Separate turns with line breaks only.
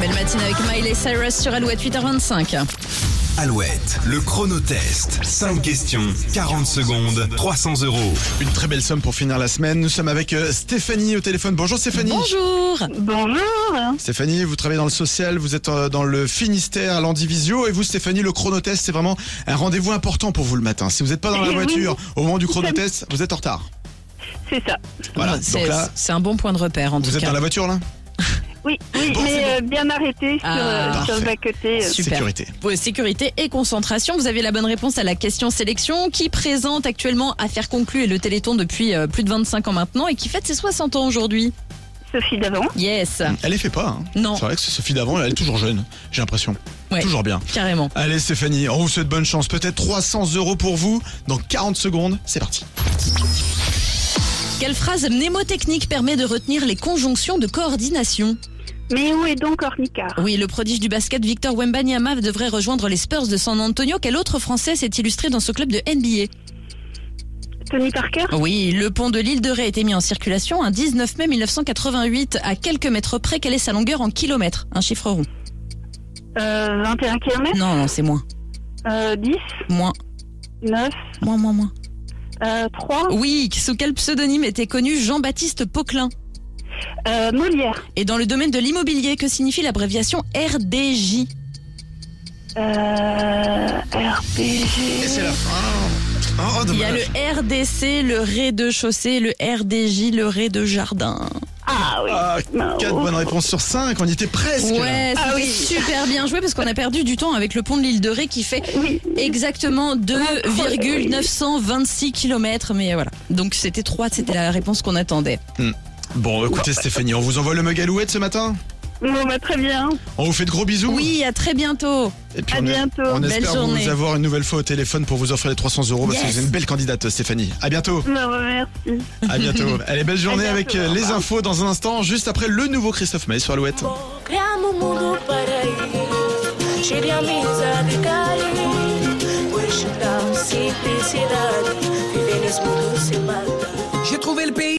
Belle matinée avec Miley Cyrus sur Alouette 8h25.
Alouette, le chronotest. 5 questions, 40 secondes, 300 euros.
Une très belle somme pour finir la semaine. Nous sommes avec euh, Stéphanie au téléphone. Bonjour Stéphanie.
Bonjour.
Bonjour.
Stéphanie, vous travaillez dans le social, vous êtes euh, dans le Finistère, à l'Andivisio. Et vous, Stéphanie, le chronotest, c'est vraiment un rendez-vous important pour vous le matin. Si vous n'êtes pas dans la
Eh oui.
voiture au moment du chronotest, vous êtes en retard.
C'est ça.
Voilà.
Bon,
Donc
Ah, C'est
là,
c'est un bon point de repère en
vous
tout
êtes
cas.
dans la voiture là
Oui, oui,
Bon, c'est
mais euh, bien arrêté sur,
Ah.
euh, sur le
Parfait.
bas-côté. euh.
Super.
Sécurité.
Pour sécurité et concentration, vous avez la bonne réponse à la question sélection qui présente actuellement Affaire conclue et le Téléthon depuis euh, plus de 25 ans maintenant et qui fête ses 60 ans aujourd'hui.
Sophie d'avant.
Yes,
Elle les fait pas. hein.
Ah. Non.
C'est vrai que Sophie d'avant, elle est toujours jeune, j'ai l'impression.
Ouais.
Toujours bien.
carrément.
Allez Stéphanie, on vous souhaite bonne chance. Peut-être 300 euros pour vous dans 40 secondes. C'est parti.
Quelle phrase mnémotechnique permet de retenir les conjonctions de coordination
Mais où est donc Ornicard
Oui, le prodige du basket Victor Wembanyama devrait rejoindre les Spurs de San Antonio. Quel autre Français s'est illustré dans ce club de NBA
Tony Parker
Oh.
Oui, le pont de l'île de Ré a été mis en circulation un 19 mai 1988. À quelques mètres près, quelle est sa longueur en kilomètres Un chiffre rond.
euh, 21 km
Non, non, c'est moins.
euh, 10
Moins,
9
moins, moins, moins.
euh, 3
Oh.
Oui, sous quel pseudonyme était connu Jean-Baptiste Poquelin
euh, Molière
Et dans le domaine de l'immobilier, que signifie l'abréviation RDJ
euh,
Et c'est
RPG
la fin. Oh,
Il y a
dommage.
le RDC, le rez-de-chaussée, le RDJ, le rez-de-jardin.
Ah oui
Ah,
Ah,
Quatre
oh.
bonnes réponses sur 5, on y était presque.
Ouais,
Ah
c'était
oui.
super bien joué parce qu'on a perdu du temps avec le pont de l'île de Ré qui fait
Oui,
exactement 2,926 km. Mais voilà, donc c'était 3, c'était la réponse qu'on attendait.
Bon, écoutez Stéphanie, on vous envoie le mug Alouette ce matin.
bon, bah, très bien.
On vous fait de gros bisous.
Oui, à très bientôt.
Et puis
à
on, est-
bientôt.
on
Belle
espère vous
journée.
avoir une nouvelle fois au téléphone pour vous offrir les 300 euros parce que
Yes.
vous êtes une belle candidate Stéphanie. À bientôt.
Bah, bah, merci.
À bientôt. Allez, belle journée
bientôt,
avec euh,
au
les
revoir.
infos dans un instant, juste après le nouveau Christophe Maé sur Alouette.
Criamos um mundo para ir. Cheire a mesa de cá.